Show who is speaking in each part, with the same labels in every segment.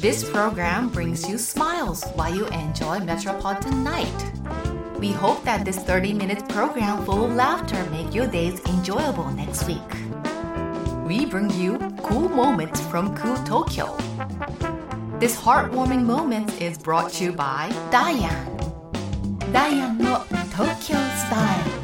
Speaker 1: This program brings you smiles while you enjoy Metropolitan Night. We hope that this 30 minute program full of laughter make your days enjoyable next week. We bring you cool moments from cool Tokyo. This heartwarming moment is brought to you by Diane. Diane の Tokyo Style.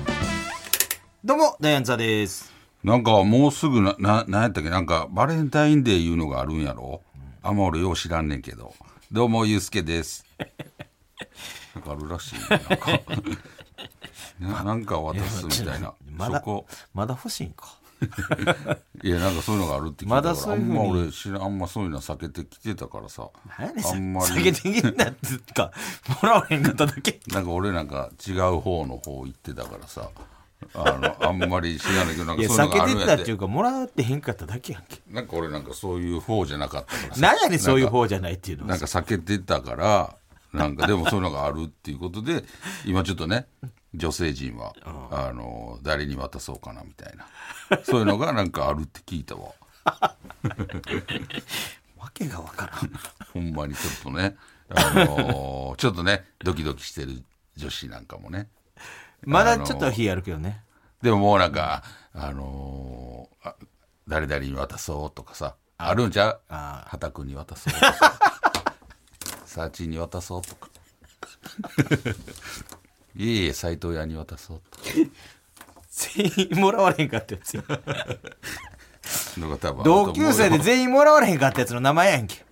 Speaker 2: どうも、ダイアンツァです。
Speaker 3: なんかもうすぐな、な、なんやったっけなんかバレンタインデーいうのがあるんやろあんま俺よう知らんねんけど。どうも、ゆうすけです。 なんかあるらしいね、なんか。ななんか 渡すみたいな。
Speaker 2: ま
Speaker 3: そ
Speaker 2: だ
Speaker 3: こ。、
Speaker 2: まだ欲しいんか。
Speaker 3: いや、なんかそういうのがあるって聞い
Speaker 2: ま
Speaker 3: た
Speaker 2: だ
Speaker 3: か
Speaker 2: そ
Speaker 3: ら、
Speaker 2: う
Speaker 3: あ
Speaker 2: いうふうんに
Speaker 3: ま俺知らん、あんまそういうの避けてきてたからさ。
Speaker 2: 何やねん、
Speaker 3: あんまり
Speaker 2: 下げてきんなってか、もらわへんかっただ け。
Speaker 3: なんか俺なんか違う方の方行ってたからさ。あの、あんまり知らないけど、なん
Speaker 2: い
Speaker 3: か
Speaker 2: や、
Speaker 3: そういう
Speaker 2: 避
Speaker 3: のがあ
Speaker 2: け
Speaker 3: るん
Speaker 2: て
Speaker 3: や
Speaker 2: た
Speaker 3: っ
Speaker 2: ってい
Speaker 3: て
Speaker 2: う。か、もらってへんかっただけやんけ。
Speaker 3: なんか俺なんかそういう方じゃなかったからさ。
Speaker 2: 何やねん、そういう方じゃないっていうの
Speaker 3: な
Speaker 2: は
Speaker 3: ん。か避けてたから、なんかでもそういうのがあるっていうことで、今ちょっとね、女性陣は、あの、誰に渡そうかなみたいな。そういうのがなんかあるって聞いたわ。
Speaker 2: わけがわから ん。
Speaker 3: ほんまにちょっとね、あの、ちょっとね、ドキドキしてる女子なんかもね。
Speaker 2: まだちょっと日やるけどね。
Speaker 3: でももうなんか、あのあ誰々に渡そうとかさ、あるんちゃう
Speaker 2: あ
Speaker 3: はたくんに渡そ うとか、サーチに渡そうとか。 いえいえ、斎藤屋に渡そうとか。
Speaker 2: 全員もらわれへんかったや つや。
Speaker 3: のが多分
Speaker 2: 同級生で全員もらわれへんかったやつの名前やん け。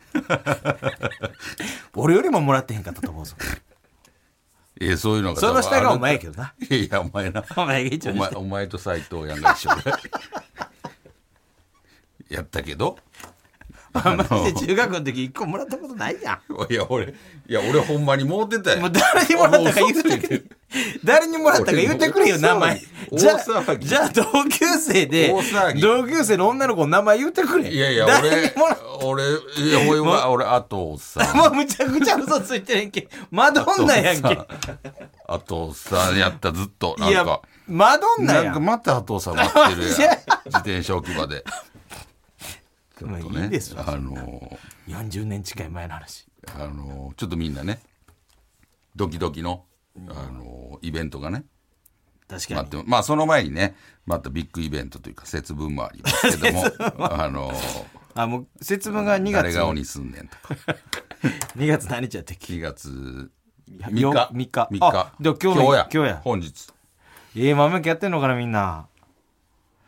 Speaker 2: 俺よりももらってへんかったと思うぞ。
Speaker 3: ええそういうのが多
Speaker 2: そ
Speaker 3: 分あ
Speaker 2: の
Speaker 3: る
Speaker 2: 下がお前やけどな。
Speaker 3: いやいや、お 前な。
Speaker 2: お前が一応
Speaker 3: お前お前と斎藤屋が一緒で。 やったけど。
Speaker 2: あんまり中学の時一個もらったことないやん。
Speaker 3: いや、俺、いや、俺ほんまにもうてたよ。
Speaker 2: もう誰にもらったか言ってくれ。誰にもらったか言ってくれよ、
Speaker 3: 大騒ぎ
Speaker 2: 名前。じゃ
Speaker 3: 大
Speaker 2: あ、
Speaker 3: 騒ぎ
Speaker 2: じゃあ同級生で
Speaker 3: 大騒、ぎ
Speaker 2: 同級生の女の子の名前言ってくれ。
Speaker 3: いやいや、
Speaker 2: 誰にもらっ
Speaker 3: 俺、俺、いや、俺は、俺、あとさ
Speaker 2: た。もうむちゃくちゃ嘘ついてるやんけ。マドンナやんけ。
Speaker 3: あとさ、やった、ずっと、
Speaker 2: い
Speaker 3: なん
Speaker 2: や
Speaker 3: か。、
Speaker 2: マドンナ
Speaker 3: な
Speaker 2: や
Speaker 3: んか、
Speaker 2: ん。
Speaker 3: またお父さん待ってるや
Speaker 2: い
Speaker 3: ん
Speaker 2: や。
Speaker 3: 自転車置き場で。ちょ
Speaker 2: まあ
Speaker 3: っ
Speaker 2: い
Speaker 3: と
Speaker 2: い
Speaker 3: ね
Speaker 2: です、わ
Speaker 3: あの、
Speaker 2: 40年近い前の話。
Speaker 3: あの、ちょっとみんなね、ドキドキの、あの、イベントがね、
Speaker 2: 確か
Speaker 3: 待っ
Speaker 2: に。
Speaker 3: て、まあ、その前にね、またビッグイベントというか、節分もあります けども、あの、
Speaker 2: あ、もう節分が2
Speaker 3: 誰
Speaker 2: 月
Speaker 3: が
Speaker 2: の。
Speaker 3: 鬼すんねんとか、
Speaker 2: 2月何日やったっけ
Speaker 3: 2月3日。
Speaker 2: よ三日
Speaker 3: 三
Speaker 2: あでも今日の
Speaker 3: や。
Speaker 2: 今日や
Speaker 3: 本日。
Speaker 2: ええ、豆やってんのかな、みんな。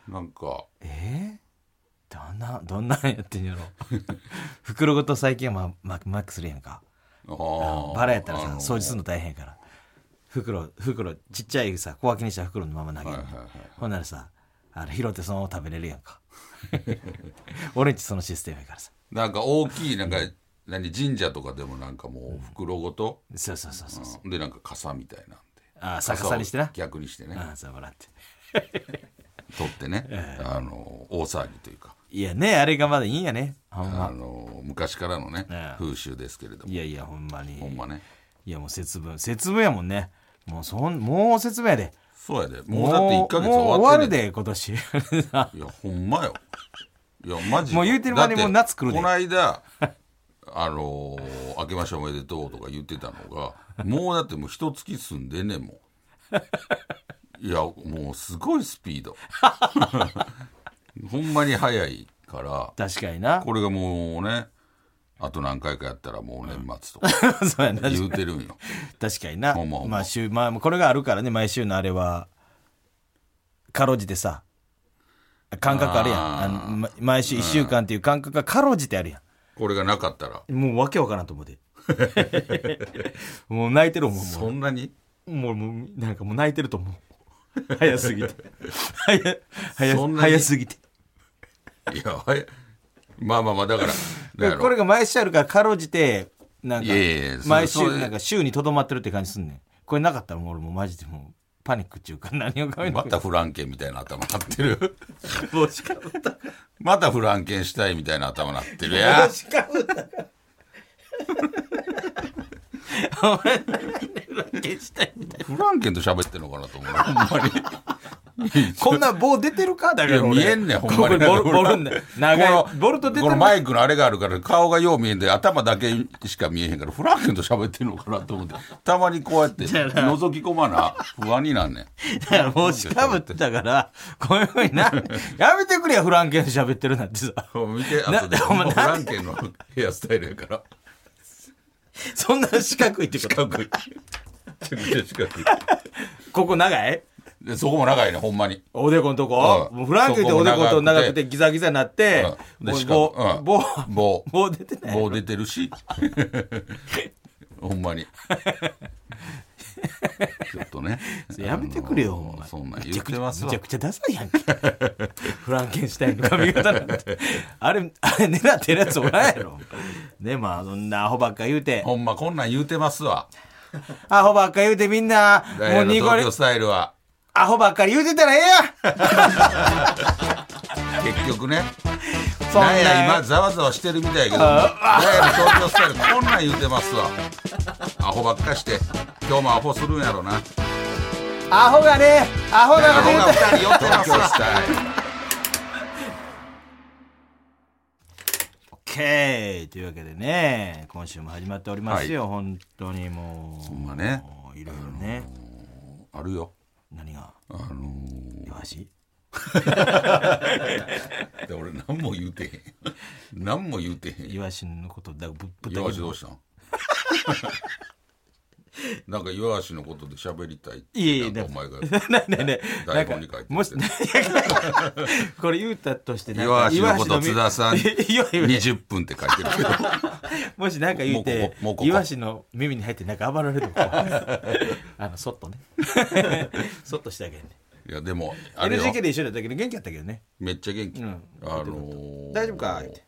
Speaker 3: なんか、
Speaker 2: えー、どんな、どんなんやってん やろ。袋ごと最近はママックするやんか。
Speaker 3: あ
Speaker 2: バラやったらさ
Speaker 3: あ、の
Speaker 2: 掃除するの大変やから。袋、袋、ちっちゃいさ、小分けにした袋のまま投げる。ほんならさ、あの拾ってそのまま食べれるやんか。 俺んちそのシステムやからさ。
Speaker 3: なんか大きい、なんか、何、神社とかでもなんかもう袋ごと、
Speaker 2: そうそうそうそう。
Speaker 3: うんで、なんか傘みたいなんで。
Speaker 2: ああ、逆さにして
Speaker 3: 傘
Speaker 2: な
Speaker 3: を。逆にしてね、
Speaker 2: ああ、そう、笑って。
Speaker 3: 取ってね、あの、大騒ぎというか、
Speaker 2: いやね、あれがまだいいんやね。ほん
Speaker 3: あ
Speaker 2: ま。
Speaker 3: の、昔からのね
Speaker 2: ええ、
Speaker 3: 風習ですけれども
Speaker 2: い、やいや、ほんまに。
Speaker 3: ほんまね。
Speaker 2: いや、もう節分。節分やもんね。もうそん、もう節分やで。
Speaker 3: そうやで、もうだって1ヶ月
Speaker 2: もう
Speaker 3: 終
Speaker 2: 終
Speaker 3: わ
Speaker 2: わ
Speaker 3: って
Speaker 2: る
Speaker 3: んね
Speaker 2: で、今年。
Speaker 3: ん。いや、ほんまよ。いや、マジよ
Speaker 2: もう言うてる間にもう
Speaker 3: だって
Speaker 2: 夏来るで
Speaker 3: この間、 あのー、明けましておめでとうとか言ってたのが、もうだってもう一月住んでんねんもん。いや、もうすごいスピード。 ほんまに早いから、
Speaker 2: 確かにな。
Speaker 3: これがもうね、あと何回かやったらもう年末と か
Speaker 2: そうやな。
Speaker 3: 言うてるんよ。
Speaker 2: 確かにな。
Speaker 3: ほんまほんま
Speaker 2: まあ、週、まあ、これがあるからね、毎週のあれは、かろうじてさ、感覚あるやん。
Speaker 3: あー
Speaker 2: あのま毎週1週間っていう感覚がかろうじてあるや
Speaker 3: これがなかったら、
Speaker 2: ん。もうわけわからんと思うで。 もう泣いてるもん、も
Speaker 3: そんなに
Speaker 2: う。もう、もうなんかもう泣いてると思 う。早すぎて。早、早、
Speaker 3: そんなに
Speaker 2: 早すぎて。
Speaker 3: いや、早いまあまあまあ、だから、だやろ
Speaker 2: これが毎週あるからかろうじてなんか
Speaker 3: いやいやいや
Speaker 2: 毎
Speaker 3: そ
Speaker 2: 週
Speaker 3: うそう
Speaker 2: なんか週にとどまってるって感じすんねんこれなかったらもう俺もうマジでもうパニックっていうか何を考えて
Speaker 3: またフランケンみたいな頭なって る。
Speaker 2: 帽子かぶった
Speaker 3: またフランケンしたいみたいな頭なってる やん。
Speaker 2: 子かぶったお前何でランケンしたいみたい
Speaker 3: フランケンと喋ってんのかなと思う。ほんまに。
Speaker 2: こんな棒出てるかだ
Speaker 3: い
Speaker 2: から
Speaker 3: や
Speaker 2: 俺
Speaker 3: 見えんねんほんまに
Speaker 2: ここボルボルね長い
Speaker 3: この
Speaker 2: ボルト出て
Speaker 3: この
Speaker 2: る
Speaker 3: マイクのあれがあるから顔がよう見えんで頭だけしか見えへんからフランケンと喋ってるのかなと思ってたまにこうやって
Speaker 2: ゃあな
Speaker 3: 覗き込まな不安になんねん
Speaker 2: だから帽子かぶってたからこういうふうになやめてくれやフランケンと喋ってるなんてさ
Speaker 3: 見て
Speaker 2: な
Speaker 3: 後で
Speaker 2: お前
Speaker 3: フランケンのヘアスタイルやから
Speaker 2: そんな四角いってこと
Speaker 3: 近くめちゃくちゃ近く
Speaker 2: ここ長い
Speaker 3: でそこも長いねほんまに
Speaker 2: おでこのとこ、
Speaker 3: うん
Speaker 2: もうフランケンっておでこと長くてギザギザになって、
Speaker 3: うんで
Speaker 2: もう
Speaker 3: しかも
Speaker 2: 棒
Speaker 3: うん
Speaker 2: 棒
Speaker 3: 棒
Speaker 2: 棒出てない
Speaker 3: 棒出てるし ほん まにちょっとね
Speaker 2: やめてくれよ、お前。
Speaker 3: そんなん言ってます
Speaker 2: め
Speaker 3: わ
Speaker 2: ちゃくちゃダサいやんけ。フランケンシュタインの髪型なんて。あれ、あれ狙ってるやつおらんやろ。ね、まあ、そんなアホばっか言うて。
Speaker 3: ほんまこんなん言うてますわ
Speaker 2: アホばっか言うてみんな、も
Speaker 3: も
Speaker 2: う
Speaker 3: うニ
Speaker 2: ニ
Speaker 3: コ
Speaker 2: コ
Speaker 3: リ
Speaker 2: リ
Speaker 3: 東京、スタイルは
Speaker 2: アホばっかり言うてたらええや ん
Speaker 3: 結局ね
Speaker 2: そん
Speaker 3: なんや
Speaker 2: な
Speaker 3: 今
Speaker 2: ん。
Speaker 3: ざわざわしてるみたいやけどなんや東京スタイルこんなん言うてますわアホばっかして今日もアホするんやろな
Speaker 2: アホがね、アホ
Speaker 3: ア
Speaker 2: が
Speaker 3: ホ
Speaker 2: 言う
Speaker 3: が
Speaker 2: て。
Speaker 3: 2人寄ってますわ 東京スタイル
Speaker 2: オッケーというわけでね、今週も始まっておりますよ、本当にもう。
Speaker 3: ほんまね
Speaker 2: もういろいろね。
Speaker 3: あるよ
Speaker 2: 何が
Speaker 3: あのー
Speaker 2: よし
Speaker 3: で俺何も言うてへん何も言うてへん
Speaker 2: イワシのことだぶぶった
Speaker 3: 岩橋
Speaker 2: 切
Speaker 3: どうしたんなんか岩橋のことで喋りたいって
Speaker 2: いやいや
Speaker 3: なんかお前が
Speaker 2: ねえねえねえ
Speaker 3: 台本に書いて
Speaker 2: もし これ言うたとしてなんか
Speaker 3: 岩橋のこと津田さん
Speaker 2: いやいや
Speaker 3: 20分って書いてる けど
Speaker 2: もし何か言う
Speaker 3: もう
Speaker 2: て
Speaker 3: ここもうここ
Speaker 2: イワシの耳に入ってなんか暴られるも あのそっとねそっとしてあげるね
Speaker 3: いやでもあれよ
Speaker 2: NGK で一緒だったけど元気やったけどね
Speaker 3: めっちゃ元気、
Speaker 2: ん
Speaker 3: あのー
Speaker 2: 大丈夫かって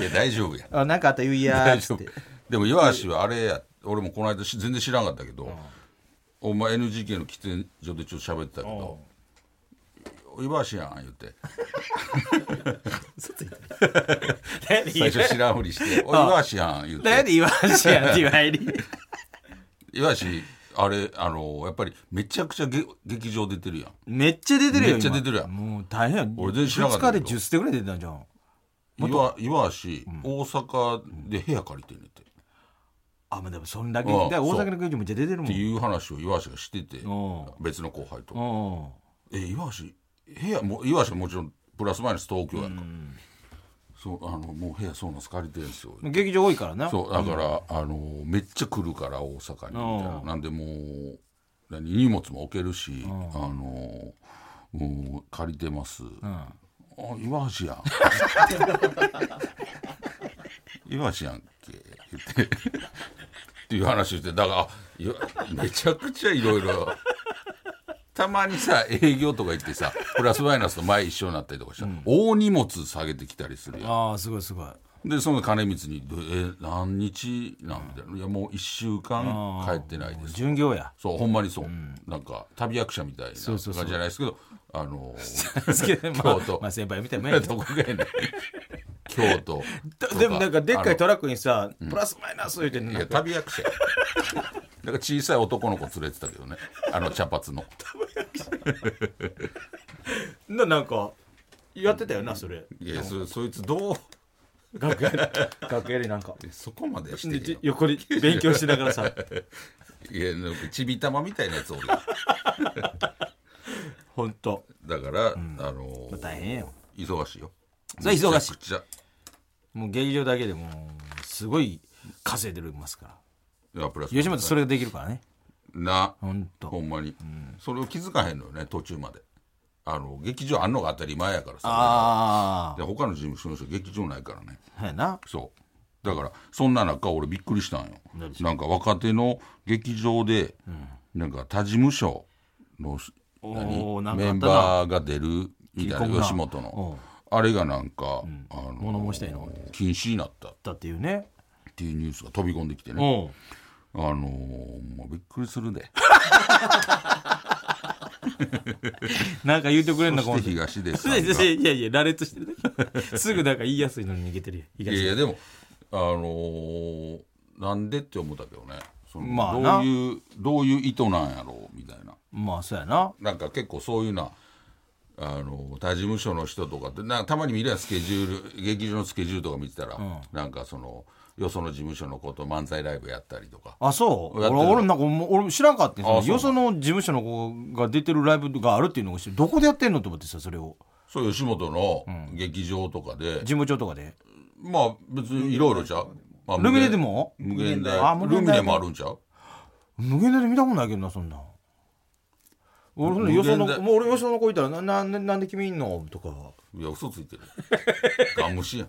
Speaker 3: いや大丈夫や
Speaker 2: あなんかあったら言いや
Speaker 3: 大
Speaker 2: ー
Speaker 3: 丈
Speaker 2: っ
Speaker 3: 夫
Speaker 2: て
Speaker 3: でも岩橋はあれや俺もこの間し全然知らんかったけど、お前 NGK の喫煙所でちょっと喋ってたけど「岩橋やん」言って最初知らんふ りして「おい岩橋やん」言って
Speaker 2: 何でイ ワシやんって言われり
Speaker 3: 岩橋あれあのやっぱりめちゃくちゃげ劇場出てるやん
Speaker 2: めっちゃ出てるよ
Speaker 3: めっちゃ
Speaker 2: 今
Speaker 3: 出てるやん
Speaker 2: もう大変や
Speaker 3: 俺全然知らなかった
Speaker 2: 2
Speaker 3: け
Speaker 2: 日
Speaker 3: ど
Speaker 2: で10ステぐらい出てたんじゃん
Speaker 3: 岩岩橋、大阪で部屋借りてんねんて、
Speaker 2: あ、まあ、でもそんだけ、
Speaker 3: うん
Speaker 2: だから大阪の劇場めっちゃ出てるも
Speaker 3: って
Speaker 2: ん。
Speaker 3: いう話を岩橋がしてて
Speaker 2: う
Speaker 3: 別の後輩と
Speaker 2: うん。
Speaker 3: 「え岩橋部屋も岩橋もちろんプラスマイナス東京やんか、そうあのもう部屋そうなんす借りてんすよ」
Speaker 2: 劇場多いからな。
Speaker 3: そうだから、あのめっちゃ来るから大阪にみたいな
Speaker 2: うん
Speaker 3: なんでもう何荷物も置けるし、あのもう借りてます、あ岩橋 やん岩橋やんけ言ってっていう話をしてだからあいやめちゃくちゃいろいろたまにさ営業とか行ってさプラスマイナスの前一緒になったりとかしたら、大荷物下げてきたりするやん
Speaker 2: ああ、すごいすごい。
Speaker 3: でその金光に「どえ何日なん?」みたいな「いやもう1週間帰ってないです
Speaker 2: 巡業や」。
Speaker 3: そうほんまにそう、なんか旅役者みたいな感
Speaker 2: う
Speaker 3: じ
Speaker 2: そう
Speaker 3: じ
Speaker 2: そう
Speaker 3: ゃないですけど あのー
Speaker 2: ま
Speaker 3: 京
Speaker 2: あ
Speaker 3: 都、
Speaker 2: まあ、先輩みたいなもんやけど
Speaker 3: どこがやねん京都と
Speaker 2: でもなんかでっかいトラックにさ、プラスマイナス言うてんの
Speaker 3: あのいや旅役者やなんか小さい男の子連れてたけどねあの茶 髪の
Speaker 2: ななんか、やってたよな、それ。
Speaker 3: いやそそいつどう
Speaker 2: 楽 屋で、楽屋でなんか。
Speaker 3: そこまでして
Speaker 2: で
Speaker 3: る
Speaker 2: じ横で勉強しながら さ、
Speaker 3: いやなんかちびたまみたいなやつおるやん
Speaker 2: ほんと。
Speaker 3: だから、あのー
Speaker 2: 大変よ。
Speaker 3: 忙しいよ
Speaker 2: それ忙しい
Speaker 3: めちゃくちゃ
Speaker 2: もう劇場だけでもう、すごい稼いでるますから。
Speaker 3: いやプラス
Speaker 2: 吉本それができるからね。
Speaker 3: な
Speaker 2: ほんと
Speaker 3: ほんまに、それを気づかへんのよね途中まであの劇場あんのが当たり前やからさ
Speaker 2: あ
Speaker 3: で他の事務所の人劇場ないからね
Speaker 2: あ。やな。
Speaker 3: そうだからそんな中俺びっくりしたんよ
Speaker 2: 何で
Speaker 3: なんか若手の劇場で、なんか他事務所の
Speaker 2: おーなんか
Speaker 3: メ
Speaker 2: あったな
Speaker 3: ンバーが出るみた
Speaker 2: 切り込
Speaker 3: いな
Speaker 2: むな
Speaker 3: 吉本のあれがなんか、あの
Speaker 2: 物申したいの
Speaker 3: 禁止になったっ
Speaker 2: だっていうね。
Speaker 3: ていうニュースが飛び込んできてね、
Speaker 2: うん。
Speaker 3: あのー、もうびっくりするで。
Speaker 2: なんか言うてくれん
Speaker 3: そ
Speaker 2: のかも
Speaker 3: して
Speaker 2: しれん
Speaker 3: 東出さ ん
Speaker 2: いや
Speaker 3: が
Speaker 2: いやいや、羅列してるだけ。すぐなんか言いやすいのに逃げてるよ。
Speaker 3: いやい
Speaker 2: 東
Speaker 3: やでもあのーなんでって思ったけどねその
Speaker 2: まあ
Speaker 3: ど
Speaker 2: な
Speaker 3: ういうどういう意図なんやろうみたいな
Speaker 2: まあそうやな
Speaker 3: なんか結構そういうなあの他事務所の人とかってなんかたまに見るやんスケジュール劇場のスケジュールとか見てたら、なんかそのよその事務所のこと漫才ライブやったりとか
Speaker 2: あそう
Speaker 3: や
Speaker 2: 俺
Speaker 3: ってる
Speaker 2: 俺なんかもう俺も知らんかった
Speaker 3: あ
Speaker 2: よ
Speaker 3: そう
Speaker 2: よその事務所の子が出てるライブがあるっていうのを知ってどこでやってんのと思ってさそれを
Speaker 3: そう吉本の劇場とかで
Speaker 2: 事、務所とかで
Speaker 3: まあ別にいろいろちゃう、まあ、
Speaker 2: ルミネでも
Speaker 3: 無限大
Speaker 2: あ無限大
Speaker 3: ルミネもあるんちゃう
Speaker 2: 無限大で見たことないけどなそんなん俺そのよその
Speaker 3: 無限大
Speaker 2: もう俺よその子いたらななななんで君いんのとか
Speaker 3: いや嘘ついてるガン虫やん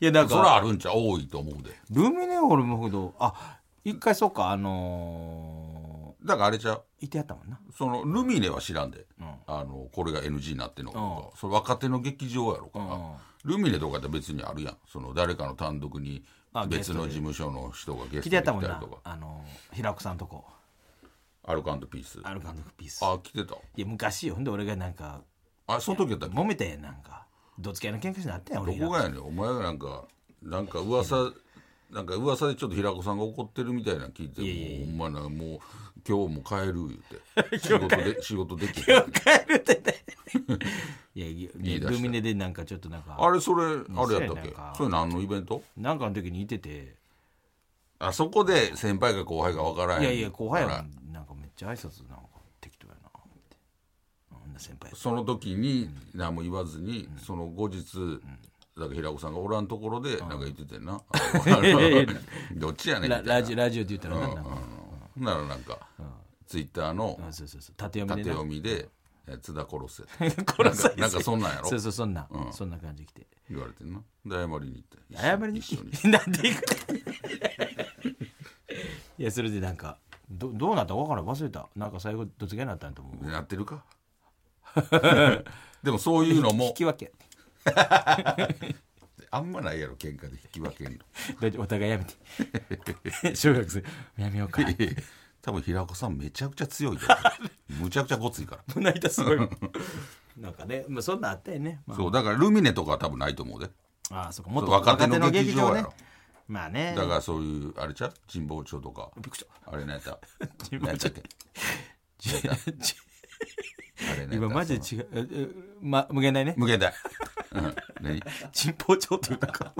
Speaker 2: いやなん
Speaker 3: そらあるんちゃう多いと思うで
Speaker 2: ルミネは俺もけどあ一回そうかあの
Speaker 3: だからあれちゃう
Speaker 2: ー、いてやったもんな
Speaker 3: そのルミネは知らんで、あのこれが NG になってんのかとか、それ若手の劇場やろかな、ルミネとかって別にあるやんその誰かの単独に
Speaker 2: あゲス
Speaker 3: 別
Speaker 2: トで
Speaker 3: の事務所の人がゲ
Speaker 2: 来
Speaker 3: ス
Speaker 2: て
Speaker 3: トに
Speaker 2: やっ
Speaker 3: 来た
Speaker 2: た
Speaker 3: り
Speaker 2: もん
Speaker 3: と
Speaker 2: な
Speaker 3: か
Speaker 2: あのー平子さんとこ
Speaker 3: アルカンドピース
Speaker 2: アルカンドピース
Speaker 3: あ来てた
Speaker 2: いや昔よほんで俺がなんか
Speaker 3: あその時やったっけ
Speaker 2: 揉めたやんなんかどつき合いの喧嘩しなったやん
Speaker 3: ど
Speaker 2: 俺
Speaker 3: こがやねんお前がなんかなんか噂なんか噂でちょっと平子さんが怒ってるみたいなの聞いてもうほんまなんかもう今日も帰る 言うて仕事で仕事できて
Speaker 2: 帰るってね いや
Speaker 3: 言い出した
Speaker 2: ルミネでなんかちょっとなんか
Speaker 3: あれそれあれやったっ
Speaker 2: なん
Speaker 3: け
Speaker 2: か
Speaker 3: それ何のイベント
Speaker 2: なんかの時にいてて
Speaker 3: あそこで先輩か後輩か分からへん
Speaker 2: いやいや後輩
Speaker 3: か
Speaker 2: は
Speaker 3: ら
Speaker 2: なんかめっちゃ挨拶なんか適当やなってあんな先輩
Speaker 3: その時に何も言わずに、その後日、だから平子さんがおらんところでなんか言っててん な、あのどっちやねんみた
Speaker 2: ラ
Speaker 3: いな
Speaker 2: ラジラジオって言ったらななんか
Speaker 3: ほんならなんか、ツイッターの
Speaker 2: あそうそうそう縦読み
Speaker 3: 縦
Speaker 2: でな
Speaker 3: 読みで「え津田殺せ」
Speaker 2: 殺されて
Speaker 3: なんかそんなんやろ
Speaker 2: そうそうそんな、そんな感じ来て
Speaker 3: 言われてんなで謝りに行って
Speaker 2: 謝りに
Speaker 3: 一緒 に
Speaker 2: なんで行くのいやそれでなんかどどうなったか分からん忘れたなんか最後どつげになったんと思う
Speaker 3: やって るかでもそういうの
Speaker 2: 引
Speaker 3: も
Speaker 2: き分け
Speaker 3: あんまないやろ喧嘩で引き分けんの
Speaker 2: だってお互いやめて 小学生やめようか
Speaker 3: 多分平子さんめちゃくちゃ強いと思 うむちゃくちゃごついから
Speaker 2: 胸板すごい なんかね、まあ、そんなんあったよね、ま
Speaker 3: そうだからルミネとかは多分ないと思うで
Speaker 2: あ、ああそこもっと
Speaker 3: そう若手の劇場やろ
Speaker 2: ねまあね
Speaker 3: だからそういうあれちゃう神保町とかあれなんやった
Speaker 2: 神保町
Speaker 3: なんやったっけあれなんやった
Speaker 2: 今マジで違うええま無限大ね
Speaker 3: 無限大、うん、何
Speaker 2: 神保町というか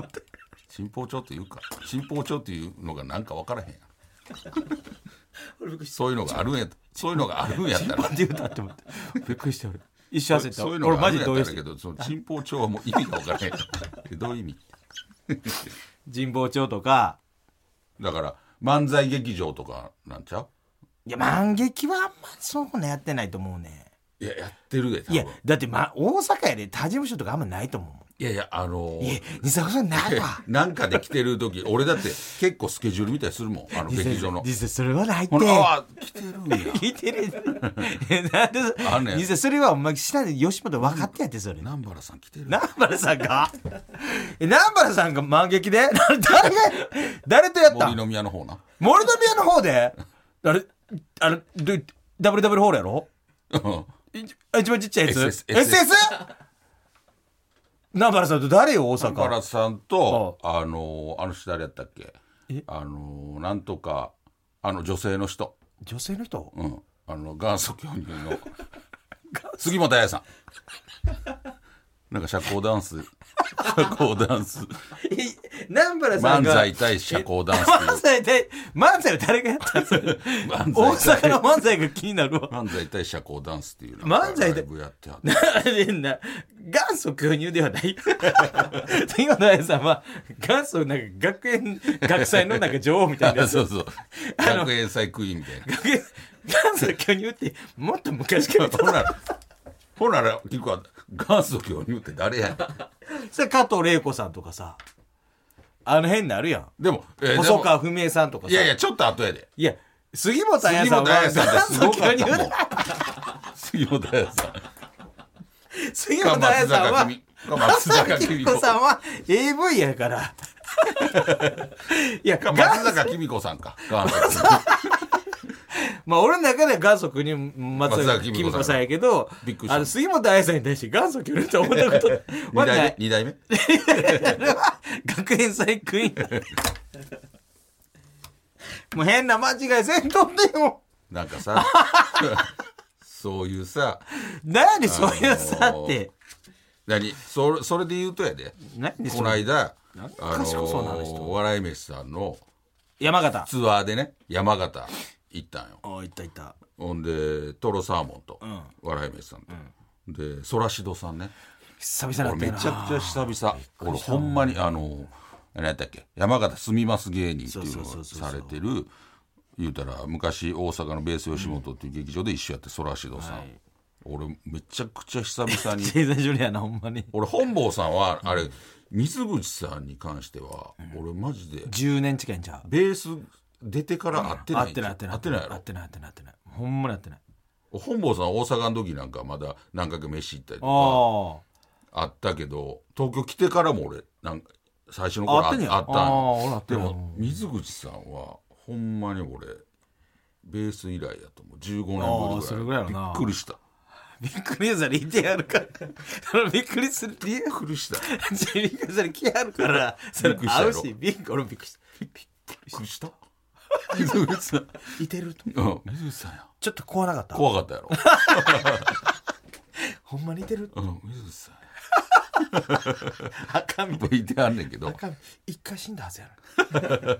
Speaker 3: 神保町っていうか神保町っていうのがなんか分からへんやんそういうのがあるんやそういうのがあるんやったら
Speaker 2: なんて言うたって思ってびっくりして俺一瞬焦った
Speaker 3: そういうの
Speaker 2: 俺
Speaker 3: が
Speaker 2: マ
Speaker 3: あるん
Speaker 2: ジ
Speaker 3: や
Speaker 2: で
Speaker 3: っ
Speaker 2: 動揺
Speaker 3: たらだ
Speaker 2: し
Speaker 3: け
Speaker 2: て
Speaker 3: どその神保町はもう意味が分からへんえどういう意味
Speaker 2: 神保町とか
Speaker 3: だから漫才劇場とかなんちゃう
Speaker 2: いや万劇はあんまそうなやってないと思うね
Speaker 3: いややってるで多
Speaker 2: い
Speaker 3: 分
Speaker 2: やだって、ま、大阪やで他事務所とかあんまないと思うもん
Speaker 3: いやいやあのー
Speaker 2: いや西坂さんないわ
Speaker 3: なんかで来てる時 俺だって結構スケジュールみたいにするもんあの
Speaker 2: 実際
Speaker 3: 劇場の
Speaker 2: 実際それはないって
Speaker 3: ほらあー来てるんや
Speaker 2: 聞いてる えなんで
Speaker 3: あんねん
Speaker 2: 実際それはお前下で吉本分かってやってそれ
Speaker 3: 南原さん来てる
Speaker 2: 南原さんが え南原さんが満劇でな誰 が誰とやった
Speaker 3: 森
Speaker 2: ん
Speaker 3: の宮の方な
Speaker 2: 森の宮の方であれあれどダブルダブルホールやろ
Speaker 3: うん
Speaker 2: いあ一番ちっちゃいやつ
Speaker 3: SS
Speaker 2: SS 南原さんと誰よ大
Speaker 3: 南
Speaker 2: 阪
Speaker 3: 原さんとあのーあの人誰やったっけあのーなんとかあの女性の人
Speaker 2: 女性の人
Speaker 3: うんあの元祖教人の杉本彩さんなんか社交ダン ス社交ダンス
Speaker 2: え南原さん
Speaker 3: 漫
Speaker 2: が
Speaker 3: 才対社交ダンス
Speaker 2: 漫才で漫才は誰がやったんそれ大
Speaker 3: 漫才
Speaker 2: 阪
Speaker 3: 対
Speaker 2: の漫才が気になる わ
Speaker 3: 漫才対社交ダンスっていう
Speaker 2: 漫才で
Speaker 3: でやってはって
Speaker 2: あれな元祖巨乳ではない杉本彩さんは元祖なんか学園学祭のなんか女王みたいな
Speaker 3: あ
Speaker 2: やつ
Speaker 3: そうそう学園祭クイーンみたいな
Speaker 2: 学園元祖巨乳ってもっと昔から
Speaker 3: ほんならほんなら結構元祖教乳って誰やね
Speaker 2: それ加藤玲子さんとかさあの辺なるやん
Speaker 3: んでも、えーでも
Speaker 2: 細川文江さんとか
Speaker 3: い
Speaker 2: さ
Speaker 3: やいやちょっと後やで
Speaker 2: いや杉本彩
Speaker 3: 杉
Speaker 2: さ
Speaker 3: 本
Speaker 2: んは
Speaker 3: 彩さんってすご
Speaker 2: 元祖
Speaker 3: か
Speaker 2: 巨
Speaker 3: ったも
Speaker 2: 乳
Speaker 3: ん杉本彩さん
Speaker 2: 杉本彩さんは
Speaker 3: 松
Speaker 2: 松
Speaker 3: 坂
Speaker 2: 坂
Speaker 3: 君
Speaker 2: 君子さんは AV やから いや
Speaker 3: か
Speaker 2: 元
Speaker 3: 松
Speaker 2: 祖
Speaker 3: 坂君子さんか 元祖
Speaker 2: まあ俺の中では元祖国松
Speaker 3: 松
Speaker 2: 坂
Speaker 3: 坂
Speaker 2: 君
Speaker 3: 慶
Speaker 2: 子
Speaker 3: 子
Speaker 2: さ
Speaker 3: さ
Speaker 2: ん
Speaker 3: ん
Speaker 2: やけど
Speaker 3: びっくりした
Speaker 2: あの杉本彩さんに対して元祖君って思ったこ と
Speaker 3: 二
Speaker 2: はな
Speaker 3: 代
Speaker 2: い
Speaker 3: 目二代目
Speaker 2: 学園祭クイーンもう変な間違いせんとんでよ。
Speaker 3: なんかさそういうさ
Speaker 2: 何やねん、そういうさって。
Speaker 3: 何それそれで言うとやで
Speaker 2: 何で
Speaker 3: こ
Speaker 2: そ
Speaker 3: の
Speaker 2: れ
Speaker 3: 間
Speaker 2: なんか
Speaker 3: あ
Speaker 2: 賢そうなあの
Speaker 3: の
Speaker 2: 人
Speaker 3: お笑い飯さんの
Speaker 2: 山形。
Speaker 3: ツアーでね山形行ったんよ
Speaker 2: おいったいった。
Speaker 3: ほんでトロサーモンと、
Speaker 2: ん
Speaker 3: 笑い飯さんと、でソラシドさんね
Speaker 2: 久々
Speaker 3: 俺
Speaker 2: にな
Speaker 3: め
Speaker 2: っ
Speaker 3: ちゃ
Speaker 2: た
Speaker 3: く
Speaker 2: よな。
Speaker 3: ちゃ久々俺ほんまにあの何やったっけ山形住みます芸人っていうの
Speaker 2: そうそう
Speaker 3: を
Speaker 2: そうそう
Speaker 3: されてる言うたら昔大阪のベース吉本っていう劇場で一緒やってソラシドさん、俺めちゃくちゃ久々に
Speaker 2: 生前処理やな、ほんまに。
Speaker 3: 俺本坊さんはあれ水口さんに関しては俺マジで
Speaker 2: 10年近いんちゃう。
Speaker 3: ベース出てから会ってない
Speaker 2: 合ってない合ってない
Speaker 3: 会ってないや
Speaker 2: 合っ
Speaker 3: ろ
Speaker 2: てない合ってない合ってない。ほんまに合ってない。
Speaker 3: 本坊さん大阪の時なんかまだ何回か飯行ったりと
Speaker 2: あ
Speaker 3: か
Speaker 2: あ。
Speaker 3: あったけど東京来てからも俺なんか最初の
Speaker 2: ああ
Speaker 3: 頃あ
Speaker 2: っ
Speaker 3: あ
Speaker 2: て
Speaker 3: っ
Speaker 2: ん
Speaker 3: た
Speaker 2: やあ
Speaker 3: ん
Speaker 2: あ俺あっ
Speaker 3: よ
Speaker 2: た
Speaker 3: で
Speaker 2: よ
Speaker 3: も水口さんはほんまに俺ベース以来やと思う15
Speaker 2: ああ
Speaker 3: 年
Speaker 2: そ
Speaker 3: ぶ
Speaker 2: れ
Speaker 3: り
Speaker 2: ぐら
Speaker 3: ぐ
Speaker 2: いやろ
Speaker 3: らいび
Speaker 2: な
Speaker 3: っくりした
Speaker 2: びっくりされてやるから。そ のびっくりする理由
Speaker 3: びっくりしたびっ
Speaker 2: びっくりされ来やるから、それ
Speaker 3: びっくりした
Speaker 2: 合
Speaker 3: や
Speaker 2: う
Speaker 3: ろ
Speaker 2: し、びっく俺もびっくりした。びっく
Speaker 3: くりした
Speaker 2: り水口さ ん。いてると思う。
Speaker 3: うん水口さんや
Speaker 2: ちょっと怖なかった。
Speaker 3: 怖かったやろ
Speaker 2: ほんまにいてる
Speaker 3: うん水口さん や
Speaker 2: 赤身
Speaker 3: やっぱいてはんねんけ ど
Speaker 2: 赤身。一回死んだはずやな。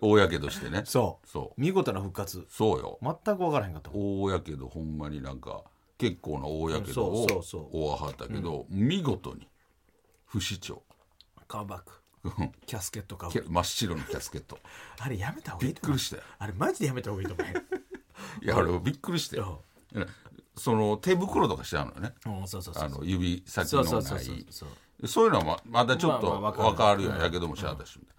Speaker 3: 大やけどしてね
Speaker 2: そう。
Speaker 3: そう
Speaker 2: 見事な復活。
Speaker 3: そうよ
Speaker 2: 全く分からへんかった。
Speaker 3: 大やけどほんまになんか結構な大やけど
Speaker 2: うんそ
Speaker 3: を
Speaker 2: うそうそう
Speaker 3: 大はったけど見事に不死鳥
Speaker 2: カムバック。
Speaker 3: うん
Speaker 2: キャスケットかぶ
Speaker 3: け
Speaker 2: り。
Speaker 3: 真っ白のキャス ケット
Speaker 2: あれやめた方がいい
Speaker 3: びっ
Speaker 2: と思
Speaker 3: く
Speaker 2: う
Speaker 3: りしたよ
Speaker 2: あれマジでやめた方がいいと思
Speaker 3: いや俺びっくりして
Speaker 2: う。
Speaker 3: その手袋とかしてあるのよね
Speaker 2: うんうん、そうそうそ
Speaker 3: あ
Speaker 2: う。
Speaker 3: の指先
Speaker 2: そ
Speaker 3: の
Speaker 2: うそ
Speaker 3: な
Speaker 2: うそうそう
Speaker 3: い
Speaker 2: そう。
Speaker 3: そういうのはままだちょっ
Speaker 2: まあ
Speaker 3: と
Speaker 2: まあわ
Speaker 3: 分
Speaker 2: かる
Speaker 3: かるよやけどもしゃあだしみたい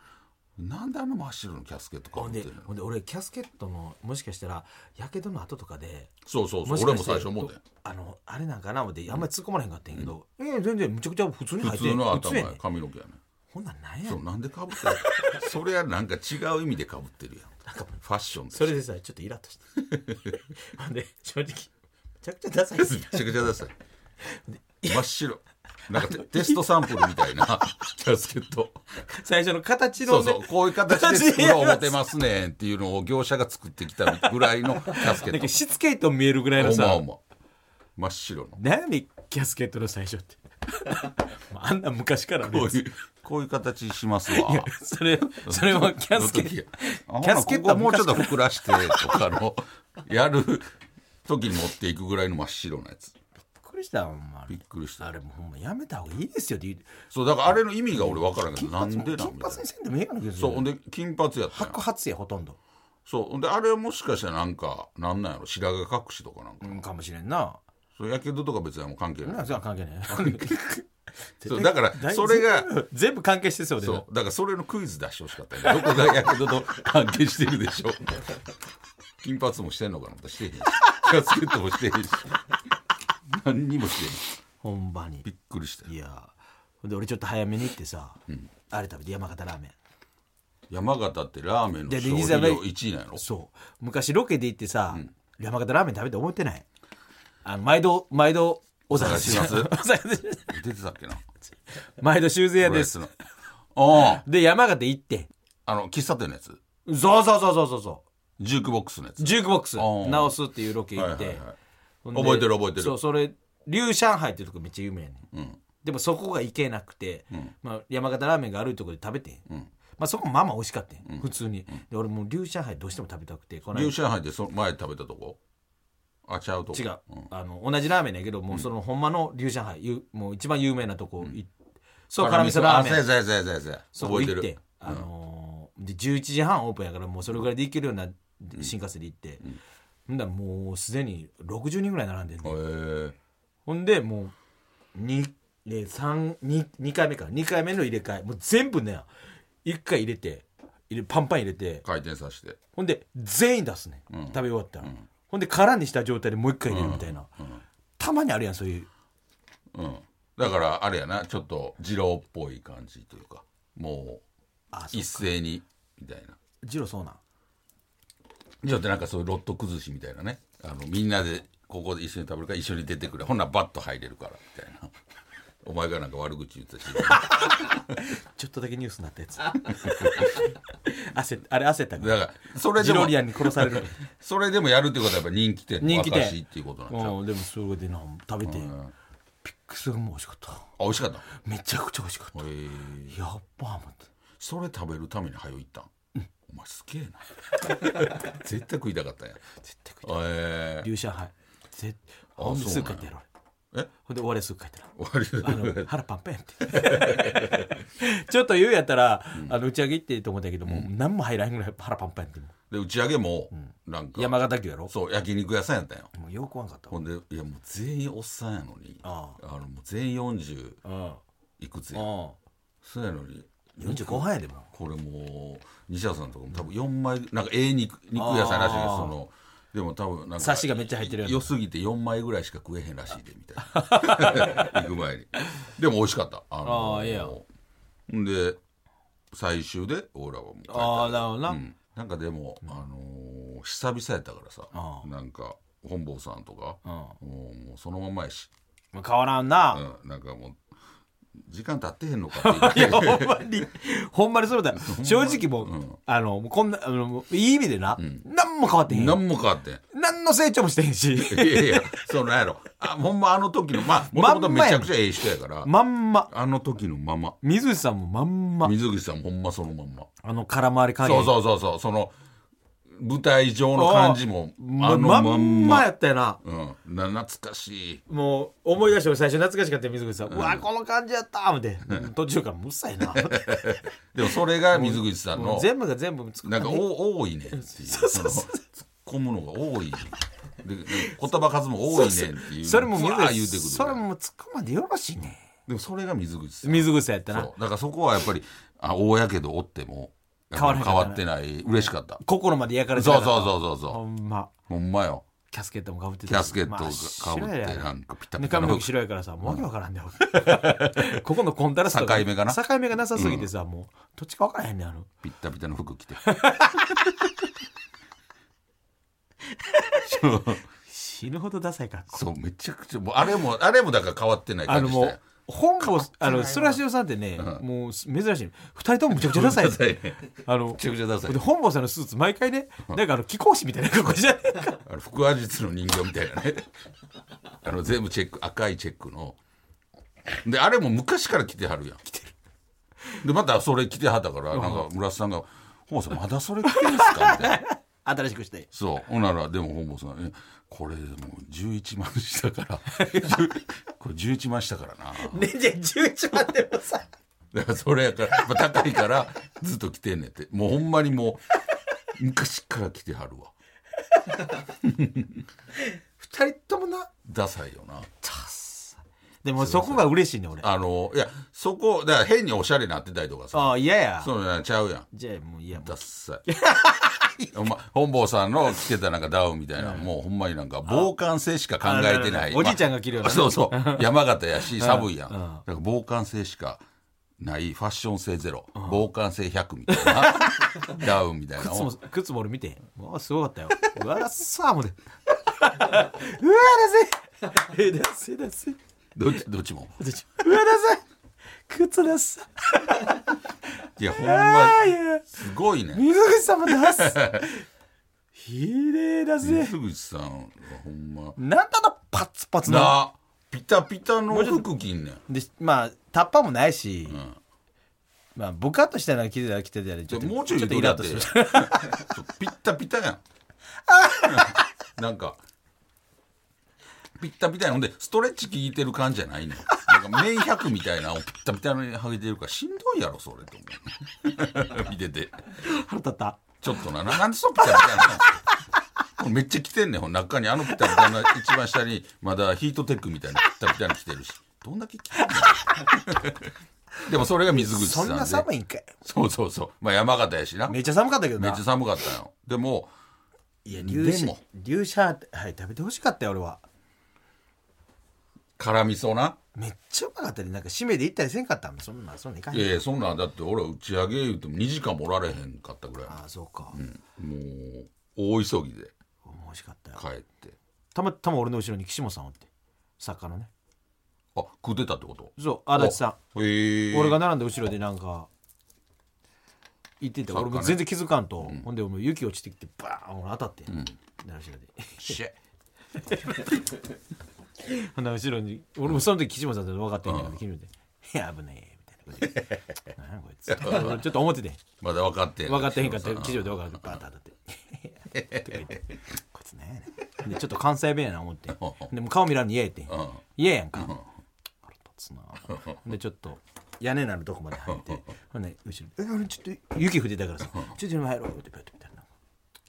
Speaker 3: ななんであの真っ白のキャスケットか
Speaker 2: ほ
Speaker 3: ぶ
Speaker 2: ん
Speaker 3: っ
Speaker 2: で
Speaker 3: てるの
Speaker 2: ほんで俺キャスケットのもしかしたらやけどの後とかで
Speaker 3: そうそうそう
Speaker 2: し
Speaker 3: 俺
Speaker 2: か
Speaker 3: も
Speaker 2: して
Speaker 3: 最初思ったよ
Speaker 2: あのあれなんかな思ってあんまり突っ込まれへんかったんやけど、ええ全然むちゃくちゃ普通に入っ
Speaker 3: 普
Speaker 2: て
Speaker 3: 通の
Speaker 2: 普通
Speaker 3: 頭
Speaker 2: や
Speaker 3: や
Speaker 2: ねん
Speaker 3: 髪の毛やね
Speaker 2: ほんなんなんやね
Speaker 3: そ
Speaker 2: ん
Speaker 3: うなんでかぶってる それはなんか違う意味でかぶってるやん
Speaker 2: なんか
Speaker 3: ファッション
Speaker 2: そ
Speaker 3: で
Speaker 2: れでさちょっとイラッとしてほんで正直めちゃくちゃダサいっ す
Speaker 3: めちゃくちゃださい真っ白なんかテテストサンプルみたいな キャスケット
Speaker 2: 最初の形の
Speaker 3: そう
Speaker 2: ね
Speaker 3: そうこういう形で 作ろう思てますねんっていうのを業者が作ってきたぐらいのキャスケ
Speaker 2: なんか
Speaker 3: ット
Speaker 2: しつけと見えるぐらいの
Speaker 3: おま
Speaker 2: さ
Speaker 3: おま真っ白の
Speaker 2: 何やねんキャスケットの最初って あんな昔からね
Speaker 3: こういうこういう形しますわ
Speaker 2: それそれはキャスケ
Speaker 3: キ
Speaker 2: ットキ
Speaker 3: ャ
Speaker 2: ャ
Speaker 3: ス
Speaker 2: ス
Speaker 3: ケ
Speaker 2: ケッ
Speaker 3: ット
Speaker 2: ト
Speaker 3: は
Speaker 2: は
Speaker 3: もうちょっと
Speaker 2: 昔
Speaker 3: 膨らしてとかのやる時に持っていくぐらいの真っ白なやつ
Speaker 2: びっくりしたほんま
Speaker 3: びっくりした
Speaker 2: あれもうほんまやめた方がいいですよって言う
Speaker 3: そうだからあれの意味が俺分からんけどなんでなんみたい
Speaker 2: 金
Speaker 3: な
Speaker 2: 髪にせんでもええかなけど
Speaker 3: そうほんで金髪やったんや
Speaker 2: 白髪やほとんど、
Speaker 3: そうほんであれもしかしたらなんかなんなんやろ白髪隠しとかなんか
Speaker 2: かもしれんな
Speaker 3: そうやけどとか別にもう関係ない
Speaker 2: なんか関係ね
Speaker 3: そうだからそれが
Speaker 2: 全部全部関係してそうで
Speaker 3: そうだからそれのクイズ出してほしかったよねどこがやけどと関係してるでしょう金髪もしてんのかなとしてへんしキャスケットもしてへんし何にもしてへん
Speaker 2: ほんまに
Speaker 3: びっくりしたよ
Speaker 2: いやほんで俺ちょっと早めに行ってさ、あれ食べて山形ラーメン
Speaker 3: 山形ってラーメンの
Speaker 2: で
Speaker 3: 消費量1位なんやろ
Speaker 2: そう昔ロケで行ってさ、山形ラーメン食べて覚えてないあの毎度毎度お探しします
Speaker 3: お探しし
Speaker 2: お探しします
Speaker 3: 出てたっけな
Speaker 2: 毎度修繕屋
Speaker 3: プロ
Speaker 2: で
Speaker 3: レ
Speaker 2: す
Speaker 3: スのあ
Speaker 2: で山形行って
Speaker 3: ああの喫茶店のやつ
Speaker 2: そうそうそうそうそうそう
Speaker 3: ジュークボックスのやつ
Speaker 2: ジュークボックス
Speaker 3: ー
Speaker 2: 直すっていうロケ行って、
Speaker 3: はいはいはい
Speaker 2: ほんで
Speaker 3: 覚えてる覚えてる
Speaker 2: そうそれ龍上海っていうとこめっちゃ有名やね、
Speaker 3: うん
Speaker 2: でもそこが行けなくて、まあ、山形ラーメンがあるとこで食べてん、
Speaker 3: ん
Speaker 2: まあ、そこもまあまあ美味しかったん、普通にで俺もう龍上海どうしても食べたくてこの間
Speaker 3: 龍上海でその前食べたとこあちゃうとこ
Speaker 2: 違う、あの同じラーメンだけどもうそのほんまの龍上海ゆもう一番有名なとこ行っそう辛味噌ラーメ
Speaker 3: あ
Speaker 2: ン
Speaker 3: そうやそうやそうやそうや
Speaker 2: そこ
Speaker 3: 覚えて
Speaker 2: 行っ
Speaker 3: る
Speaker 2: て、あのーで11時半オープンやからもうそれぐらいで行けるような新幹線で行って、ほんだらもうすでに60人ぐらい並んでんねん
Speaker 3: へえ
Speaker 2: ほんでもう 2, で三二二回目か2回目の入れ替えもう全部ね1回入れて入れパンパン入れて
Speaker 3: 回転させて
Speaker 2: ほんで全員出すね、食べ終わったら、ほんで空にした状態でもう1回入れるみたいな、たまにあるやんそういう
Speaker 3: うんだからあれやなちょっと二郎っぽい感じというかも
Speaker 2: あ
Speaker 3: う一斉にみたいな
Speaker 2: ジローそうなん
Speaker 3: 二郎ってなんかそういうロット崩しみたいなねあのみんなでここで一緒に食べるから一緒に出てくれほんならバッと入れるからみたいな お前がなんか悪口言ってたし
Speaker 2: ちょっとだけニュースになったやつ焦あれ焦った
Speaker 3: だからそれで
Speaker 2: ジロ
Speaker 3: も
Speaker 2: リアンに殺される
Speaker 3: それでもやるってことはやっぱ人気店の
Speaker 2: 人気店
Speaker 3: 証っていうことなんですよ
Speaker 2: うんでもそれでな食べて
Speaker 3: ん
Speaker 2: ピックスがもう美味しかった
Speaker 3: あ美味しかったへ
Speaker 2: めちゃくちゃ美味しかった
Speaker 3: え
Speaker 2: やっぱ思って
Speaker 3: それ食べるために早い行ったん、お前すげえな 絶対食いたかったんや
Speaker 2: 絶対食い
Speaker 3: え
Speaker 2: 龍車杯絶ほんですぐ帰ってやろう
Speaker 3: え
Speaker 2: ほんで俺すぐ帰ってな
Speaker 3: 終
Speaker 2: あ
Speaker 3: わり
Speaker 2: の腹パンパンやって ちょっと言うやったら、あの打ち上げ行っていいと思ったけども、何も入らへんぐらい腹パンパンやっても
Speaker 3: で打ち上げもなんか
Speaker 2: 山形牛やろ
Speaker 3: そう焼肉屋さんやったんよ
Speaker 2: もうよくわんかったわ
Speaker 3: ほんでいやもう全員おっさんやのに
Speaker 2: あ
Speaker 3: のもう全員40
Speaker 2: うん
Speaker 3: いくつやん
Speaker 2: う
Speaker 3: そうやのに
Speaker 2: ん45半やでも
Speaker 3: これもう西田さんとかも多分4枚なんかええ肉肉屋さんらしいです
Speaker 2: あー
Speaker 3: そのでも多分なんか
Speaker 2: サシがめっちゃ入ってるやつ
Speaker 3: 良すぎて4枚ぐらいしか食えへんらしいでみたいな行く前にでも美味しかったあ
Speaker 2: あーええや
Speaker 3: んで最終で俺らはもう帰った
Speaker 2: ああなるほどな、
Speaker 3: うん、なんかでも、あのー久々やったからさ
Speaker 2: ああ
Speaker 3: なんか本坊さんとか、
Speaker 2: うん
Speaker 3: もうもうそのまんまやし、
Speaker 2: まあ、変わらんな、
Speaker 3: うん、なんかもう時間経ってへんのかって 言っ
Speaker 2: ほ
Speaker 3: て
Speaker 2: んまにほんまにそう だよ正直もう、あのもうこんなあのもういい意味でな、何も変わってへんよ
Speaker 3: 何も変わってん
Speaker 2: 何の成長もしてへん し
Speaker 3: いやいや、そのなんやろ。あ、ほんまあの時の、まあ、もともとめちゃくちゃええ人やから、
Speaker 2: まんま
Speaker 3: あの時のまま。
Speaker 2: 水内さんもまんま
Speaker 3: 水口さんもほんまそのまんま。
Speaker 2: あの空回り加減
Speaker 3: そうそうそうそう、その、舞台上の感じも、
Speaker 2: ま
Speaker 3: あの
Speaker 2: ま
Speaker 3: まん
Speaker 2: んま
Speaker 3: ま。
Speaker 2: やったよな
Speaker 3: うん、な懐かしい。
Speaker 2: もう思い出して俺最初懐かしかったよ水口さん、うわこの感じやった思って途中からもううっさいな
Speaker 3: でも それが水口さんの、
Speaker 2: 全部が全部作っ
Speaker 3: な
Speaker 2: た
Speaker 3: ん
Speaker 2: ね
Speaker 3: かお多いねんっていう。
Speaker 2: そうそうそう
Speaker 3: の突っ込むのが多い。で言葉数も多いねんっていう。
Speaker 2: それも
Speaker 3: ふ
Speaker 2: 水
Speaker 3: わー言う
Speaker 2: 口
Speaker 3: てくる。
Speaker 2: それも突っ込まんでよろしいね
Speaker 3: でもそれが水口さん。
Speaker 2: 水口さんやったな
Speaker 3: そうだからそこはやっぱりあ大やけどおってもやっぱり変
Speaker 2: 変わ
Speaker 3: わ
Speaker 2: ら
Speaker 3: っ
Speaker 2: な
Speaker 3: てない嬉しかった
Speaker 2: 心まで焼かれて
Speaker 3: そう
Speaker 2: た
Speaker 3: そうそううそう
Speaker 2: ほ
Speaker 3: そ
Speaker 2: んま
Speaker 3: うほんまよ
Speaker 2: キャスケットもかぶってたし
Speaker 3: キャスケットを
Speaker 2: まあ
Speaker 3: か
Speaker 2: 白
Speaker 3: ぶっ
Speaker 2: や
Speaker 3: て
Speaker 2: ろ
Speaker 3: なんかピタ
Speaker 2: で
Speaker 3: ピタ
Speaker 2: 髪
Speaker 3: の
Speaker 2: の毛
Speaker 3: 服
Speaker 2: 白いからさもう訳わからんねよ ここのコンタラストが
Speaker 3: 境目がな
Speaker 2: 境目がなさすぎてさ、もうどっちか分からへんねんあの
Speaker 3: ピッタピタの服着てそう
Speaker 2: 死ぬほどダサいから
Speaker 3: そうめちゃくちゃもうあれもあれもだから変わってない
Speaker 2: あ
Speaker 3: 感
Speaker 2: の
Speaker 3: じし
Speaker 2: も
Speaker 3: たよ
Speaker 2: う本郷あのスラシオさんってね、もう珍しい二人ともむちゃくちゃダサい です
Speaker 3: め
Speaker 2: あの
Speaker 3: ちゃくちゃダサい
Speaker 2: で本坊さんのスーツ毎回ねなんかあの貴公子みたいな格好じゃないか
Speaker 3: あの腹話術の人形みたいなね あの全部チェック赤いチェックのであれも昔から着てはるやん着てるでまたそれ着てはったからなんか村瀬さんが「本坊さんまだ それ着てんすか?」みたいな
Speaker 2: 新しくして
Speaker 3: そうほんならでも本坊さんえ「これもう11万したから 10これ11万したからな」
Speaker 2: ねじゃ11万でもさ
Speaker 3: だからそれやからやっぱ高いからずっと着てんねんってもうほんまにもう昔から着てはるわ
Speaker 2: 二人ともな
Speaker 3: ダサいよな
Speaker 2: でもそこが嬉しいね俺あ
Speaker 3: あのいやそこだから変におしゃれになってたりとかさ
Speaker 2: あ嫌や
Speaker 3: そうね、ちゃうやん。
Speaker 2: じゃあもう嫌も
Speaker 3: ダッサ い。ほんま、本坊さんの着てたなんかダウンみたいな、もうほんまになんか防寒性しか考えてな
Speaker 2: あ
Speaker 3: い。
Speaker 2: あおじいちゃんが着るようなね
Speaker 3: そうそう。山形やし、寒いや
Speaker 2: う
Speaker 3: ん。
Speaker 2: ん
Speaker 3: だから防寒性しかない、ファッション性ゼロ、防寒性100みた いな、ダウンみたいな
Speaker 2: 靴
Speaker 3: の
Speaker 2: も
Speaker 3: を。
Speaker 2: 靴も俺見てもうすごかったようわだっさーもで うわだせえだせえだせえ
Speaker 3: どっちどっちも。
Speaker 2: うわだせえ靴だっさ
Speaker 3: いや、ほん
Speaker 2: あ
Speaker 3: ま、
Speaker 2: いや
Speaker 3: すごいね。
Speaker 2: 水口さんも出すひれえだぜ
Speaker 3: 水口さんはほんま。
Speaker 2: なんだのパツパツな
Speaker 3: な、ピタピタの服着んねん。
Speaker 2: でまあタッパーもないし、
Speaker 3: ん
Speaker 2: まあ部活としての着てたら着てたらち
Speaker 3: じ
Speaker 2: ょ
Speaker 3: ゃ
Speaker 2: っ
Speaker 3: あ
Speaker 2: と
Speaker 3: もうちょい
Speaker 2: ちょっと
Speaker 3: 言
Speaker 2: イ
Speaker 3: う
Speaker 2: ラッ
Speaker 3: とだっ
Speaker 2: と
Speaker 3: て
Speaker 2: する
Speaker 3: そうピッタピタやんなんかピッタピタやんほんでストレッチ効いてる感じじゃないねんなんか麺100みたいなのをピッタピタに剥げてるからしんどいやろそれと思う 見てて
Speaker 2: 腹立った
Speaker 3: ちょっとなななんでそうピタピタなのこれめっちゃ着てんねんほん中にあのピタピタの一番下にまだヒートテックみたいなピッタピタに着てるしどんだけ着てんねん でもそれが水口さ
Speaker 2: そ
Speaker 3: ん
Speaker 2: ん
Speaker 3: で
Speaker 2: な寒いんかい
Speaker 3: そうそうそうまあ山形やしな
Speaker 2: めっちゃ寒かったけど
Speaker 3: めっ
Speaker 2: な
Speaker 3: ちゃ寒かったよでも
Speaker 2: いや
Speaker 3: で
Speaker 2: 龍車
Speaker 3: も
Speaker 2: 龍車はい食べてほしかったよ俺は
Speaker 3: 辛味噌な
Speaker 2: めっちゃうまかったでなんか締めで行ったりせんかったもんそんなそんないかへん
Speaker 3: いやいやそんなんだって俺は打ち上げ言うても2時間もおられへんかったぐらい
Speaker 2: ああそうか、
Speaker 3: もう大急ぎで
Speaker 2: 美味しかったよ
Speaker 3: 帰って
Speaker 2: たまたま俺の後ろに岸本さんおって作家のね
Speaker 3: あ食うてたってこと
Speaker 2: そう足立さ
Speaker 3: んへえ
Speaker 2: ん俺が並んで後ろでなんか行ってて、
Speaker 3: 作家
Speaker 2: 俺
Speaker 3: ね
Speaker 2: も全然気づかんと、ほんでもう雪落ちてきてバーン俺当たって、奈良市で
Speaker 3: シェ
Speaker 2: ほんなら後ろに俺もその時岸本さんと分かってんねんけど、君で「いや危ねえ」みたいなことで「なんやこいつ」 俺ちょっと思ってて
Speaker 3: まだ分かってんね
Speaker 2: 分かってへんかった
Speaker 3: うん
Speaker 2: 記事で分かってバーッと当たって 「とか言ってこいつねでちょっと関西弁やな思ってでも顔見らんに嫌やってん
Speaker 3: うん
Speaker 2: 嫌やんか腹立つなでちょっと屋根なるとこまで入ってほんで後ろにえ俺ちょっと雪降ってたからさちょっと今入ろう」ってパッと見たら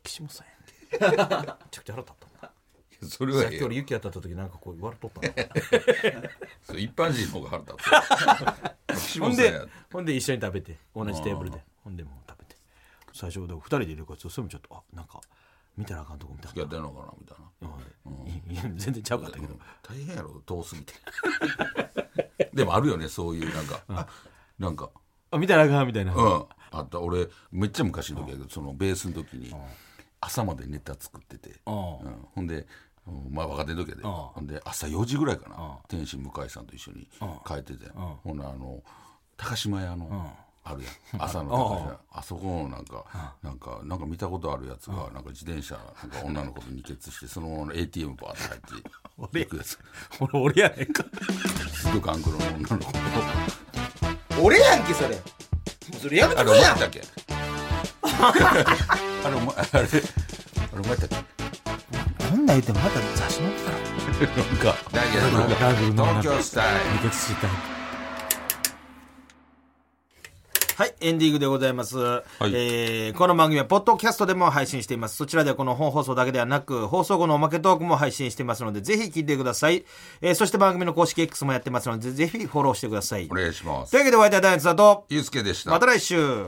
Speaker 2: 岸本さんやんけ めちゃくちゃ腹立ったな
Speaker 3: それは
Speaker 2: さっ
Speaker 3: ええ
Speaker 2: き
Speaker 3: よ
Speaker 2: 俺雪当たった時なんかこう笑っとったな
Speaker 3: それ一般人の方が腹立つ岸
Speaker 2: ほ
Speaker 3: 本
Speaker 2: ん
Speaker 3: さん
Speaker 2: で
Speaker 3: や、
Speaker 2: ほんで一緒に食べて、同じテーブルで。ほんでもう食べて。最初、だから二人でいるから、それもちょっと、あ、なんか、見たらあかんとこ見た
Speaker 3: 付き合ってんのかなみたい
Speaker 2: な。うんいや全然ちゃうかったけ
Speaker 3: な
Speaker 2: ど。
Speaker 3: 大変やろ遠すぎてでもあるよねそういうなんかあなんか
Speaker 2: あ、見たらあかんみたいな。
Speaker 3: うんあった俺めっちゃ昔の時やけどそのベースの時に朝までネタ作ってて
Speaker 2: うん
Speaker 3: うんほんでうんまあ若手の時やでほんで朝4時ぐらいかな天心向井さんと一緒に帰っててほんならあの高島屋のあるやん朝の高島屋あそこのなんかなんかなんか見たことあるやつがなんか自転車なんか女の子と二血してそのまま ATM バーって入 っていくやつ
Speaker 2: 俺、俺やねんか。
Speaker 3: すごいガンクロの女の子
Speaker 2: 俺やんけ、それ。それやめ
Speaker 3: あれお前だ っけあれお前あれあれお前だっけ
Speaker 2: こんなん言ってもまた雑誌載ってたら。
Speaker 3: なんかいやなんか
Speaker 2: ガーグルの
Speaker 3: 東京スタイル
Speaker 2: 解決したい。はい、エンディングでございます、
Speaker 3: い
Speaker 2: えーこの番組はポッドキャストでも配信しています。そちらではこの本放送だけではなく、放送後のおまけトークも配信していますので、ぜひ聞いてください。えーそして番組の公式 X もやってますので、ぜひフォローしてください。
Speaker 3: お願いします
Speaker 2: というわけで、お相手はダイアンツだと、
Speaker 3: ゆうすけでした
Speaker 2: また来週